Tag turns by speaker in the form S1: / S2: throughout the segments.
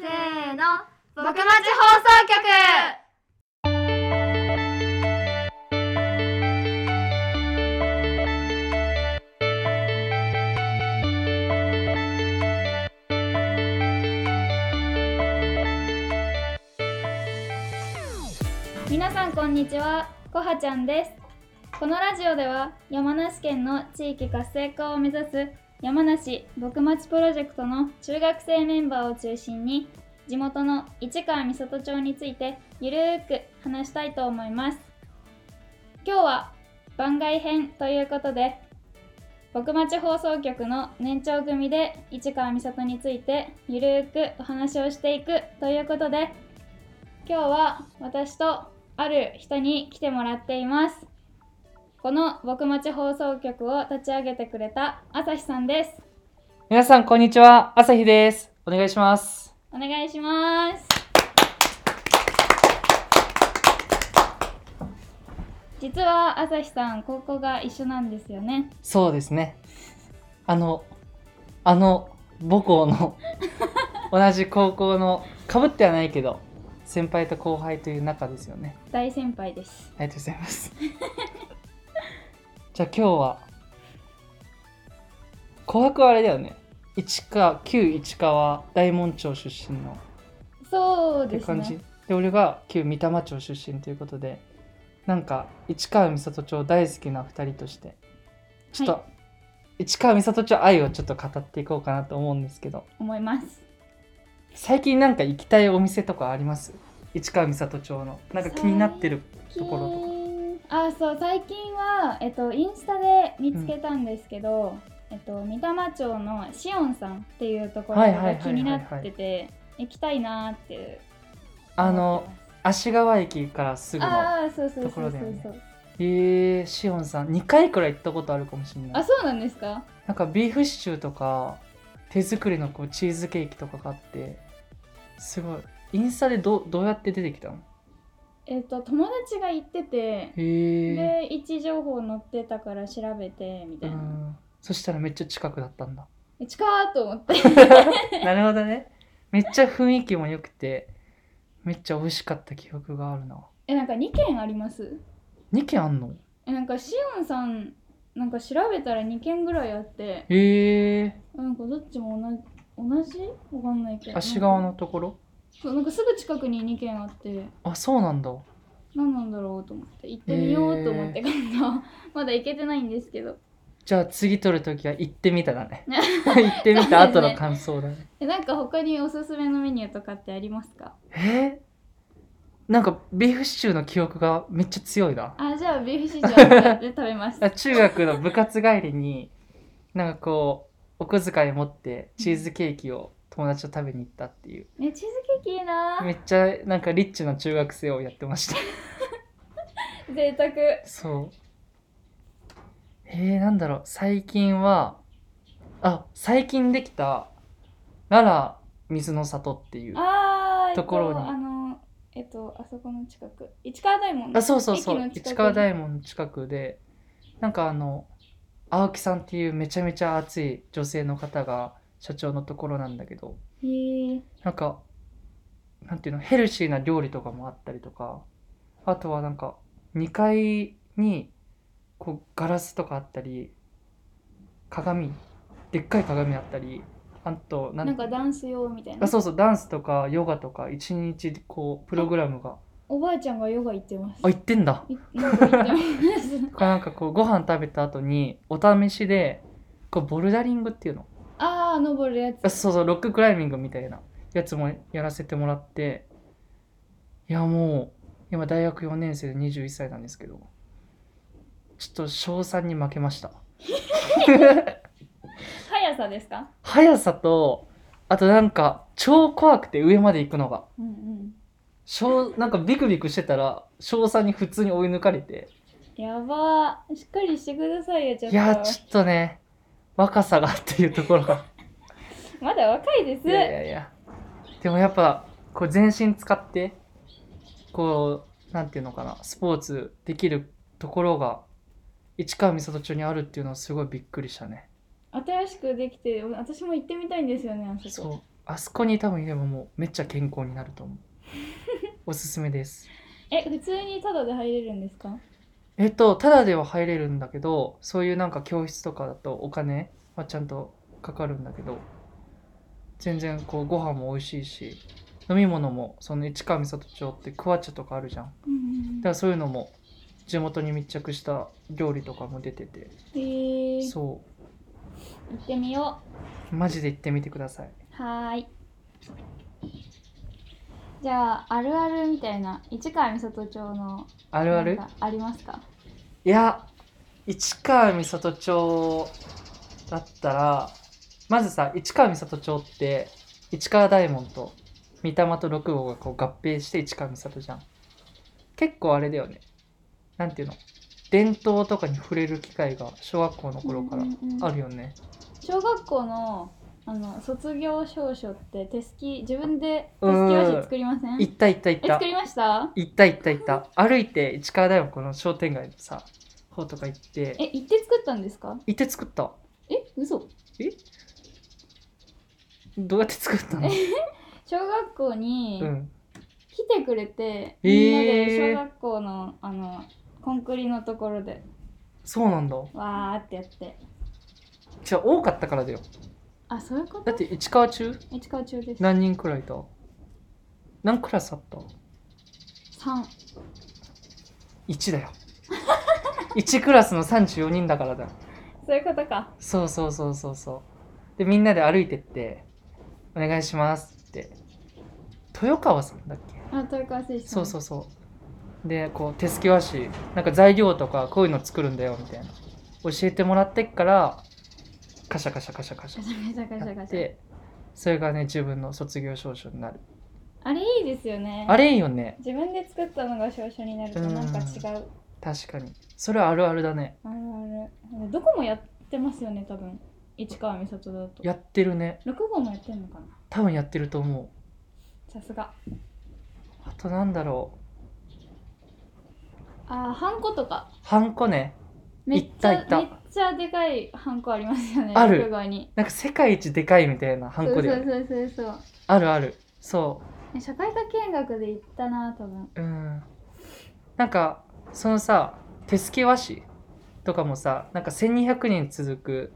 S1: の僕町放送局皆さんこんにちはこはちゃんですこのラジオでは山梨県の地域活性化を目指す山梨僕町プロジェクトの中学生メンバーを中心に地元の市川三郷町についてゆるーく話したいと思います今日は番外編ということで僕町放送局の年長組で市川美里についてゆるーくお話をしていくということで今日は私とある人に来てもらっていますこの僕町放送局を立ち上げてくれた朝日さんです
S2: 皆さんこんにちは朝日ですお願いします
S1: お願いします実は朝日さん高校が一緒なんですよね
S2: そうですねあのあの母校 の同じ高校のかぶってはないけど先輩と後輩という仲ですよね
S1: 大先輩です
S2: ありがとうございます じゃあ今日は紅白はあれだよね市川旧市川大門町出身の
S1: そう
S2: って
S1: です
S2: 感じ
S1: ね
S2: で,、俺が旧三玉町出身ということでなんか市川三郷町大好きな2人としてちょっと、
S1: はい
S2: 市川三郷町愛をちょっと語っていこうかなと思うんですけど
S1: 思います
S2: 最近なんか行きたいお店とかあります市川三郷町のなんか気になってるところとか
S1: あそう最近は、えっと、インスタで見つけたんですけど、えっと、三玉町のしおんさんっていうところ
S2: はいはいはい
S1: が
S2: はいは
S1: 気
S2: い
S1: になってて行きたいなーっていう
S2: あの足川駅からすぐの
S1: ああーそうそう
S2: と
S1: そ
S2: こ
S1: う
S2: ろ
S1: そ
S2: だよ
S1: う
S2: ね
S1: そう
S2: えー、しおんさん2回くらい行ったことあるかもしれな
S1: あ
S2: い
S1: そうなんですか
S2: なんかビーフシチューとか手作りのこうチーズケーキとかがあってすごいインスタでどどうやって出てきたの
S1: えっと友達が行ってて
S2: へえ。
S1: で位置情報載ってたから調べてみた
S2: う
S1: いな、
S2: ん。そしたらめっちゃ近くだったん だ。
S1: え近ーと思って
S2: なるほどね。めっちゃ雰囲気も良くて、めっちゃ美味しかった記憶があるな。
S1: えなんか2件あります
S2: 2軒あんの
S1: えなんかしおんさんなんか調べたら2件ぐらいあって
S2: へえ。
S1: なんかどっちも同じ同じわかんないけど
S2: 足側のところ
S1: そうなんかすぐ近くに2件あって
S2: あ、そうなんだ。
S1: 何なんだろうと思って行ってみようと思って今度、 まだ行けてないんですけど
S2: じゃあ次撮るときは行ってみただ ね。行ってみた後の感想だね。
S1: えなんか他におすすめのメニューとかってありますか
S2: えー、なんかビーフシチューの記憶がめっちゃ強いな。
S1: あじゃあビーフシチューで食べます
S2: あ中学の部活帰りになんかこうお小遣い持ってチーズケーキを友達と食べに行ったっていう
S1: ねチーズケーキいいな
S2: めっちゃなんかリッチな中学生をやってました
S1: 贅沢
S2: そうえー、なんだろう最近はあ最近できた奈良水の里っていうあ
S1: あー
S2: ところに
S1: えっあのえっとあそこの近く市川大門
S2: そうそうそ
S1: 駅の近く
S2: う
S1: に
S2: 市川大門の近くでなんかあの青木さんっていうめちゃめちゃ熱い女性の方が社長のところなんだけど
S1: へー
S2: なんか、なんていうの、ヘルシーな料理とかもあったりとか、あとはなんか、2階に、こう、ガラスとかあったり、鏡、でっかい鏡あったり、あと、な
S1: なんかダンス用みたいな
S2: あそうそう、ダンスとかヨガとか、一日、こう、プログラムが。
S1: おばあちゃんがヨガ行ってます
S2: あ、行ってんだ
S1: いなんか行って ます
S2: とか、なんかこう、ご飯食べた後に、お試しで、こう、ボルダリングっていうの
S1: ああ登るやつ
S2: あそうそうロッククライミングみたいなやつもやらせてもらっていやもう今大学4年生で21歳なんですけどちょっと賞賛に負けました
S1: 速さですか
S2: 速さとあとなんか超怖くて上まで行くのが
S1: うんうん
S2: 小なんかビクビクしてたら賞賛に普通に追い抜かれて
S1: やばーしっかりしてくださいよちょっ
S2: い
S1: と
S2: やちょっとね若さがっていうところが
S1: まだ若いです
S2: いやいやいやでもやっぱこう全身使ってこうなんていうのかなスポーツできるところが市川三郷町にあるっていうのはすごいびっくりしたね
S1: 新しくできて私も行ってみたいんですよねあそこ
S2: そうあそこに多分いればもうめっちゃ健康になると思う おすすめです
S1: え普通にタダで入れるんですか
S2: えっとただでは入れるんだけどそういうなんか教室とかだとお金はちゃんとかかるんだけど全然こうご飯も美味しいし飲み物もその市川三郷町ってクワチャとかあるじゃん
S1: うんうん
S2: だからそういうのも地元に密着した料理とかも出てて
S1: えー、行
S2: そ
S1: ってみよ
S2: うマジで行ってみてくださいう
S1: はーいじゃああるあるみたいな市川三郷町の
S2: あるある
S1: なんかありますか
S2: いや市川三郷町だったらまずさ市川三郷町って市川大門と三玉と六号がこう合併して市川三郷じゃん結構あれだよねなんていうの伝統とかに触れる機会が小学校の頃から
S1: うんうんうん
S2: あるよね
S1: 小学校のあの卒業証書って手すき自分で手すき
S2: うん
S1: 和紙作りません
S2: 行った行った行っ
S1: え
S2: た
S1: 作りました
S2: 行った行った行った歩いて市川大門この商店街のさ方とか行って
S1: え行って作ったんですか
S2: 行って作った
S1: え嘘
S2: どうやって作ったの、
S1: 小学校に
S2: うん、
S1: 来てくれて、
S2: えー
S1: みんなで小学校のあのコンクリのところで
S2: そうなんだ
S1: わーってやって
S2: じゃあ多かったからだよ
S1: あそういうこと
S2: だって市川中
S1: 市川中です
S2: 何人くらいいた何クラスあった
S1: 三
S2: ?1 だよ1クラスの34人だからだよ
S1: そういうことか
S2: そうそうそうそうそうでみんなで歩いてって「お願いします」って豊川さんだっけ
S1: あ豊川水
S2: そうそううそうでこう手すき和紙なんか材料とかこういうの作るんだよみたいな教えてもらってっからカシャカシャカシャカシ
S1: ガ
S2: ャ
S1: シャガシャガシャ
S2: や
S1: ガ
S2: っ
S1: シャ
S2: てそれがね自分の卒業証書になる
S1: あれいいですよね
S2: あれいいよね
S1: 自分で作ったのが証書になるとなんか違う
S2: 確かにそれはあるあるだね
S1: あるあるどこもやってますよね多分市川美里だと
S2: やってるね
S1: 6号もやってんのかな
S2: 多分やってると思う
S1: さすが
S2: あとなんだろ
S1: あーハンコとか
S2: うハンコね
S1: めっちゃ
S2: いったい
S1: め
S2: った
S1: っちゃでかいハンコありますよね
S2: ある
S1: 6号に
S2: なんか世界一でかいみたいなハンコで、
S1: そうそうそうそうそう
S2: あるあるそ
S1: ね社会科見学で行ったな多分
S2: ううんなんかそのさ手すき和紙とかもさなんか1200年続く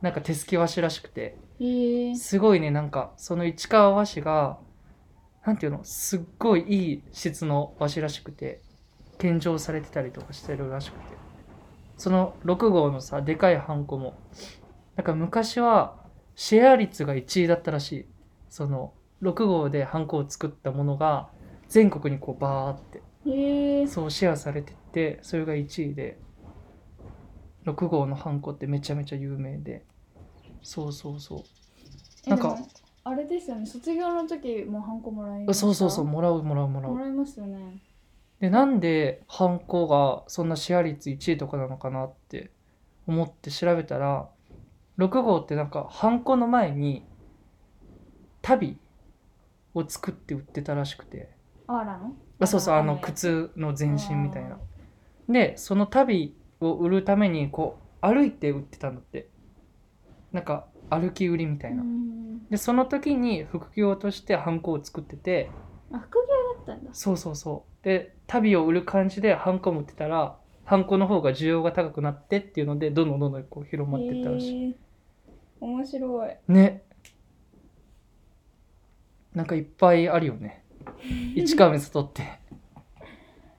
S2: なんか手すき和紙らしくて
S1: へえ
S2: すごいねなんかその市川和紙がなんていうのすっごいいい質の和紙らしくて献上されてたりとかしてるらしくてその6号のさでかいハンコもなんか昔はシェア率が1位だったらしいその6号でハンコを作ったものが全国にこうバーって
S1: へえ
S2: そうシェアされてってそれが1位で6号のハンコってめちゃめちゃ有名でそうそうそうなんか
S1: えでもあれですよね卒業の時もハンコもらいました
S2: そうそうそうもらうもらうもら
S1: も
S2: う
S1: らいますよね
S2: でなんでハンコがそんなシェア率1位とかなのかなって思って調べたら6号ってなんかハンコの前に足袋を作って売ってたらしくて
S1: あらの
S2: あそうそうあの
S1: やつ
S2: 靴の前身みたいなでその足袋を売るためにこう歩いて売ってたんだってなんか歩き売りみたいな
S1: うん
S2: でその時に副業としてハンコを作ってて
S1: あ副業だったんだ
S2: そうそうそうで旅を売る感じでハンコ持ってたらハンコの方が需要が高くなってっていうのでどんどんどんどんこう広まってったらしい、
S1: へえ面白い
S2: ねなんかいっぱいあるよ ね市川美里って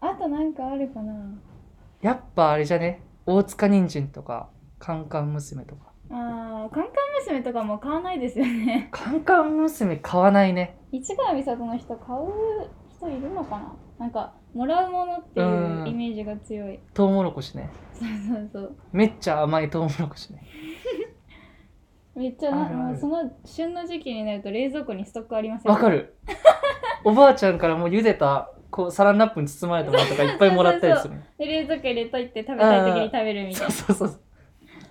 S1: あとなんかあるかな
S2: やっぱあれじゃね大塚人参とかカンカン娘とか
S1: あーカンカン娘とかも買わないですよね
S2: カンカン娘買わないね
S1: 市川美里の人買う人いるのかななんかもらうものっていうイメージが強い
S2: トウモロコシね
S1: そうそうそう
S2: めっちゃ甘いトウモロコシね
S1: めっちゃな
S2: あるある
S1: もうその旬の時期になると冷蔵庫にストックありますよ
S2: わか るおばあちゃんからもう茹でたこうサランラップに包まれたものとかいっぱいもらったりする
S1: で冷蔵庫入れといて食べたい時に食べるみた
S2: そ
S1: いうな
S2: そうそう。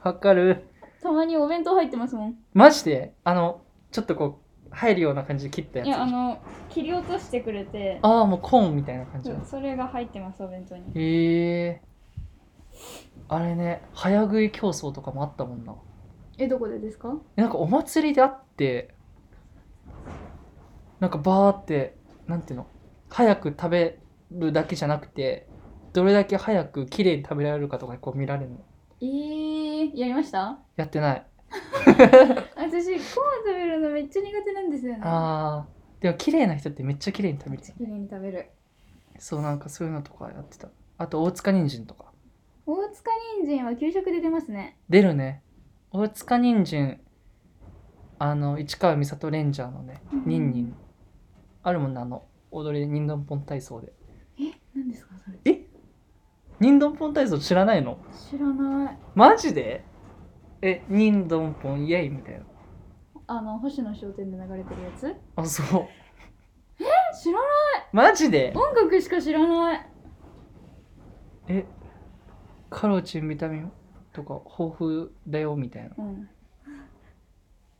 S2: わかる。
S1: たまにお弁当入ってますもん
S2: マジであの、ちょっとこう、入るような感じで切ったやつ。
S1: いやあの切り落としてくれて
S2: ああ、もうコーンみたいな感じ
S1: そ
S2: だ
S1: う。それが入ってますお弁当に
S2: へえあれね、早食い競争とかもあったもんな。
S1: えどこでですか
S2: なんかお祭りであって、なんかバーってなんていうの早く食べるだけじゃなくてどれだけ早く綺麗に食べられるかとかこう見られるの
S1: えー、やりました
S2: やってない
S1: 私ご飯食べるのめっちゃ苦手なんですよね
S2: あーでも綺麗な人ってめっちゃ綺麗に食べる
S1: 綺麗に食べる
S2: そうなんかそういうのとかやってたあと大塚人参とか
S1: 大塚人参は給食で出ますね
S2: 出るね大塚人参あの市川美里レンジャーのね
S1: うん
S2: ニンニンあるもんねあの踊りでニンドンポン体操で
S1: え何ですかそれ
S2: えニンドンポン体操知らないの
S1: 知らない
S2: マジでえニンドンポンイエイみたいな
S1: あの星野商店で流れてるやつ
S2: あそう
S1: え知らない
S2: マジで
S1: 音楽しか知らない
S2: えカロチンビタミンとか豊富だよみたいな
S1: うん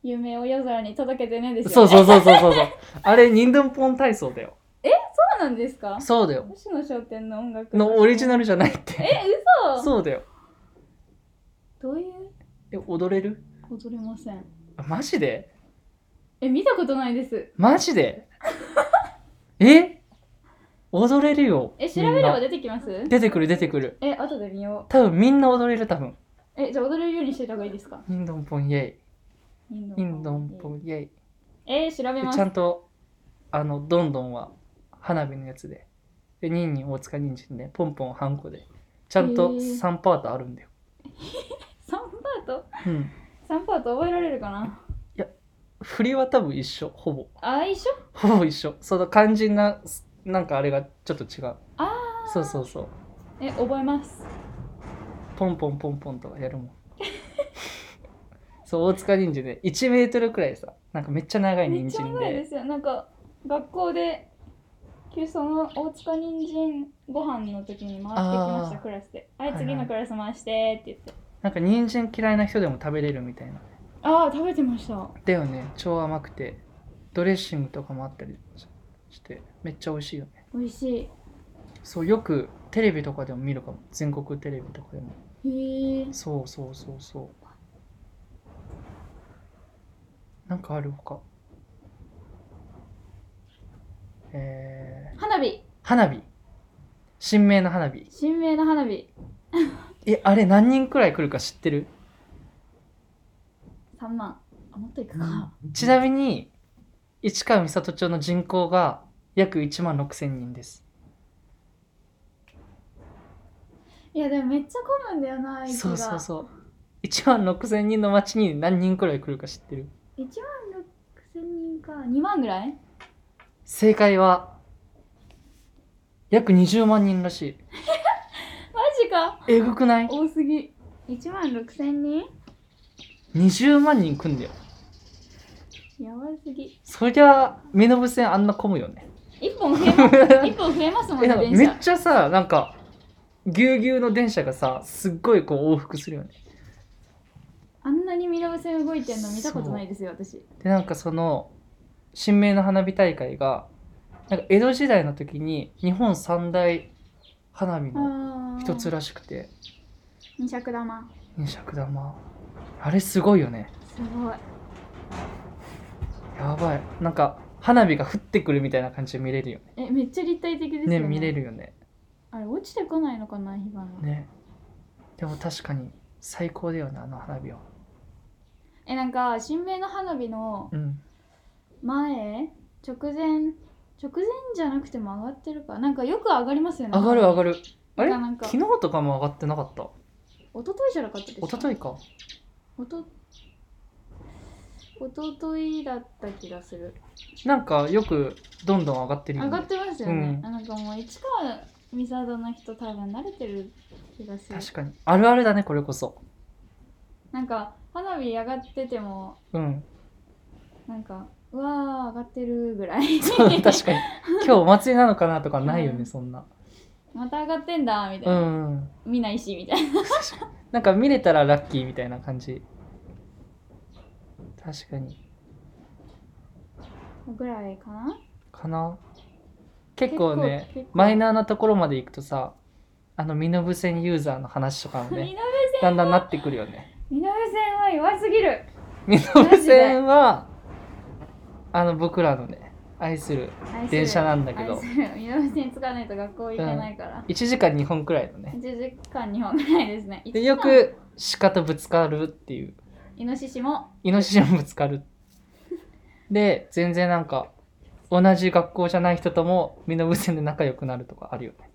S1: 夢を夜空に届けてねです
S2: そ
S1: よ
S2: う
S1: ね
S2: そうそうそうそうそうあれニンドンポン体操だよ
S1: そうなんですか
S2: そうだよ
S1: 星野商店の音楽
S2: のオリジナ
S1: ル
S2: ルじゃないって
S1: え嘘
S2: そうだよ
S1: どういう
S2: え踊れる
S1: 踊れません
S2: あマジで
S1: え見たことないです
S2: マジでえ踊れるよ
S1: え調べれば
S2: みんな
S1: 出てきます
S2: 出てくる出てくる
S1: え後で見よ
S2: 多分みんな踊れる多分
S1: うえじゃあ踊れるようにしてた方がいいですか
S2: ニンドンポンイェイ
S1: インド
S2: ニンドンポンイェイ
S1: えー、調べ
S2: で
S1: ま
S2: ち
S1: す
S2: ゃんとあのどんどんは花火のやつででニンニン大塚ニンジンでポンポンハンコでちゃんと
S1: へー
S2: 3パートあるんだ よ、
S1: 3パート
S2: うん
S1: 3パート覚えられるかな
S2: 振りは多分一緒ほぼ
S1: あー一緒
S2: ほぼ一緒その肝心なすなんかあれがちょっと違う
S1: あ
S2: そうそうそう
S1: え覚えます
S2: ポンポンポンポンとかやるもん そう大塚人参で1メートルくらいさなんかめっちゃ長い
S1: めっ
S2: 人
S1: ちゃ
S2: 参
S1: 長いで
S2: です
S1: よなんか学校で給その大塚人参ご飯の時に回してきました
S2: あー
S1: クラスではい、
S2: はいはい
S1: 次のクラス回してって言って
S2: なんか人参嫌いな人でも食べれるみたいな
S1: ああ食べてました
S2: だよね超甘くてドレッシングとかもあったりししてめっちゃ美味しいよね
S1: 美味し
S2: そうよくテレビとかでも見るかも全国テレビとかでも
S1: いへえ
S2: そうそうそうそうなんかあるほかえー、
S1: 花火
S2: 花火神明の花火
S1: 神明の花火
S2: えあれ何人くらい来るか知ってる
S1: 3万あもっといくか
S2: ちなみに市川三郷町の人口が約1万6千人です
S1: いやでもめっちゃ混むんだよな駅
S2: そ
S1: が
S2: うそうそう1万6千人の町に何人くらい来るか知ってる
S1: 1万6000人か2万ぐらい
S2: 正解は約20万人らしい
S1: マジか
S2: えぐくない
S1: 多すぎ1万6000人
S2: ?20 万人来んだよ
S1: やばすぎ
S2: そりゃ身延線あんな混むよね
S1: 1本増えます 一本増えますもんね
S2: えなんか
S1: 電
S2: めっ
S1: 車
S2: ちゃさなんかぎゅうぎゅうの電車がさすっごいこう往復するよね
S1: あんなにミラブ線動いてんの見たことないですよ私
S2: でなんかその神明の花火大会がなんか江戸時代の時に日本三大花火の
S1: あ
S2: 一つらしくて
S1: 二尺玉
S2: 二尺玉あれすごいよね
S1: すごい
S2: やばいなんか花火が降ってくるみたいな感じで見れるよね
S1: えめっちゃ立体的ですよ
S2: ね
S1: ね
S2: 見れるよね
S1: あれ落ちてこないのかな火花、
S2: ねでも確かに最高だよねあの花火は
S1: えなんか神明の花火の
S2: うん
S1: 前直前直前じゃなくても上がってるかなんかよく上がりますよね
S2: 上がる上がるあれ
S1: なんか
S2: 昨日とかも上がってなかった
S1: 一昨日じゃなかったです
S2: 一昨日か
S1: おとおとといだった気がする
S2: なんかよくどんどん上がってるよ
S1: 上
S2: ね
S1: がってますよね、
S2: うん
S1: あなんかもう市川美里の人多分慣れてる気がする
S2: 確かにあるあるだねこれこそ
S1: なんか花火上がってても
S2: うん
S1: なんかうわー上がってるぐらい
S2: そう確かに今日お祭りなのかなとかないよね、
S1: うん
S2: そんな
S1: また上がってんだみたいうな、
S2: んうん
S1: 見ないしみたいな
S2: なんか見れたらラッキーみたいな感じ確かに
S1: ぐらいかな
S2: かな結構ね
S1: 結構
S2: マイナーなところまで行くとさあの身延線ユーザーの話とかも
S1: 身延
S2: ねだんだんなってくるよね
S1: 身延線は弱すぎる
S2: 身延線はあの僕らのね愛する
S1: 愛する
S2: 電車なんだけど
S1: 愛する見直しにつかないと学校行けないから、
S2: 1時間2本くらいのね
S1: 1時間2本ぐらいですね
S2: でよく鹿とぶつかるっていう
S1: イノシシも
S2: イノシシもぶつかるで全然なんか同じ学校じゃない人とも身延線で仲良くなるとかあるよね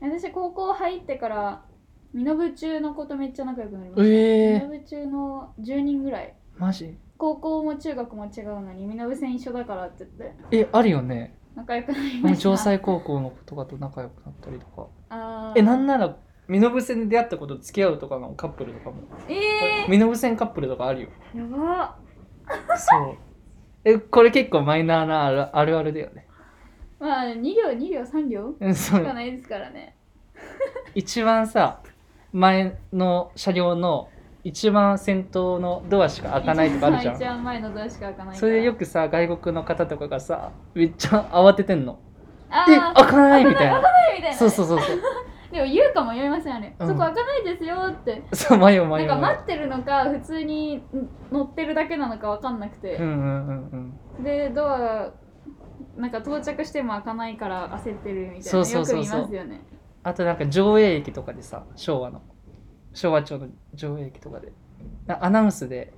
S1: 私高校入ってから身延中の子とめっちゃ仲良くなりました、
S2: ええー、
S1: 身延中の10人ぐらい
S2: マジ
S1: 高校も中学も違うのに身延線一緒だからって言って
S2: えあるよね
S1: 仲良くなりま
S2: 俺
S1: した
S2: 城西高校の子とかと仲良くなったりとか
S1: あー
S2: えなんなら身延線で出会ったこと付き合うとかのカップルとかも
S1: え
S2: 身延線カップルとかあるよ
S1: ー、やば
S2: そうえこれ結構マイナーなあるあるあるだよね
S1: まあ2両2両3両
S2: うんそ
S1: しか
S2: う
S1: ないですからね
S2: 一番さ前の車両の一番先頭のドアしか開かないとかあるじゃん
S1: 一番前のドアしか開かないから
S2: それでよくさ外国の方とかがさめっちゃ慌ててんの
S1: あ
S2: え
S1: ー
S2: 開かないみたい な
S1: みたいな
S2: そうそうそうそう
S1: でも言うかも言いませんあれ、
S2: うん
S1: そこ開かないですよって
S2: そう迷う
S1: な
S2: 迷
S1: ん
S2: う
S1: か待ってるのか普通に乗ってるだけなのか分かんなく
S2: う
S1: て、
S2: んうんうんうん
S1: でドアがなんか到着しても開かないから焦ってるみたい
S2: そ
S1: な
S2: うそうそう
S1: よ
S2: そう
S1: く見ますよね
S2: あとなんか上映駅とかでさ昭和の昭和町の上映駅とかでなアナウンスで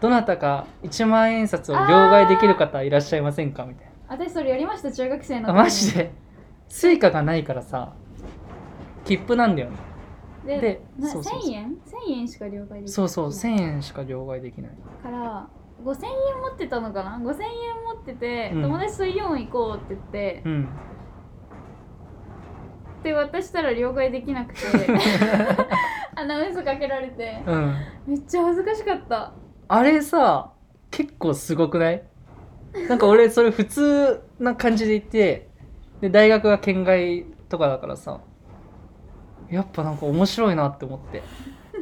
S2: どなたか1万円札を両替できる方いらっしゃいませんかみたいな
S1: 私それやりました中学生の
S2: あ
S1: 時に
S2: マジでスイカがないからさ切符なんだよね
S1: で
S2: で
S1: な
S2: そうそうそう
S1: 1000円1000円しか了解できない
S2: そうそう1000円しか両替できない
S1: から5000円持ってたのかな5000円持ってて、
S2: うん
S1: 友達とイオン行こうって言って
S2: う、ん
S1: で渡したら両替できな くてアナウンスかけられて
S2: うん
S1: めっちゃ恥ずかしかった
S2: あれさ結構すごくないなんか俺それ普通な感じで言ってで大学が県外とかだからさやっぱなんか面白いなって思って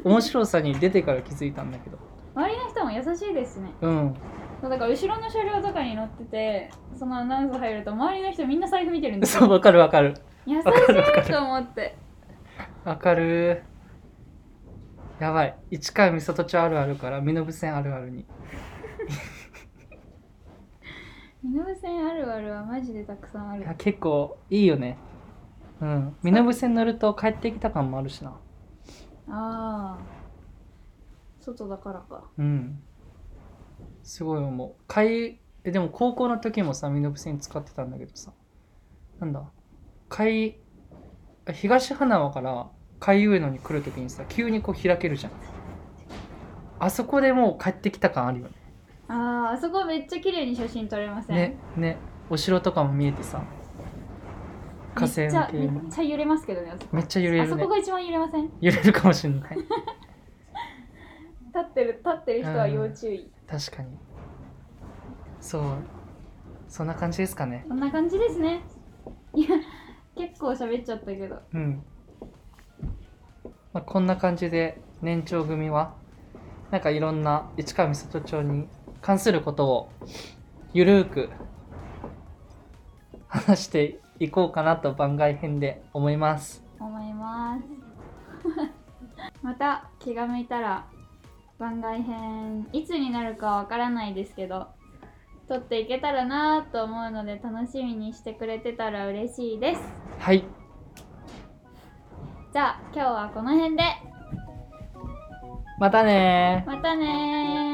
S2: 面白さに出てから気づいたんだけど
S1: 周りの人も優しいですね
S2: うん
S1: そうだから後ろの車両とかに乗っててそのアナウンス入ると周りの人みんな財布見てるんです
S2: そう
S1: よ
S2: わかるわかる
S1: 優し
S2: わかるわか
S1: い
S2: る
S1: と思って
S2: わかるやばい市川三郷町あるあるから身延線あるあるに
S1: 身延線あるあるはマジでたくさんあ
S2: い
S1: る
S2: や結構いいよねうん身延線乗ると帰ってきた感もあるしな
S1: ああ外だからか
S2: うんすごい思う帰えでも高校の時もさ身延線使ってたんだけどさなんだ帰あ東花輪から海上野に来る時にさ急にこう開けるじゃんあそこでもう帰ってきた感あるよね
S1: あーあそこめっちゃ綺麗に写真撮れません
S2: ねねお城とかも見えてさ
S1: め
S2: 河
S1: っち
S2: 川
S1: ゃ
S2: 系
S1: め
S2: も
S1: っちゃ揺れますけどねあそこ
S2: めっちゃ揺れ
S1: あそ
S2: るね
S1: こが一番揺れません立
S2: 揺れるかもしれない
S1: ってる立ってる人は要注意
S2: 確かにそうそんな感じですかね
S1: こんな感じですねいや結構喋っちゃったけど
S2: うん、まあ、こんな感じで年長組はなんかいろんな市川美里町に関することをゆるーく話していこうかなと番外編で思います
S1: 思いますまた気が向いたら番外編いつになるかわからないですけど撮っていけたらなと思うので楽しみにしてくれてたら嬉しいです
S2: はい
S1: じゃあ今日はこの辺で
S2: またねー
S1: またねー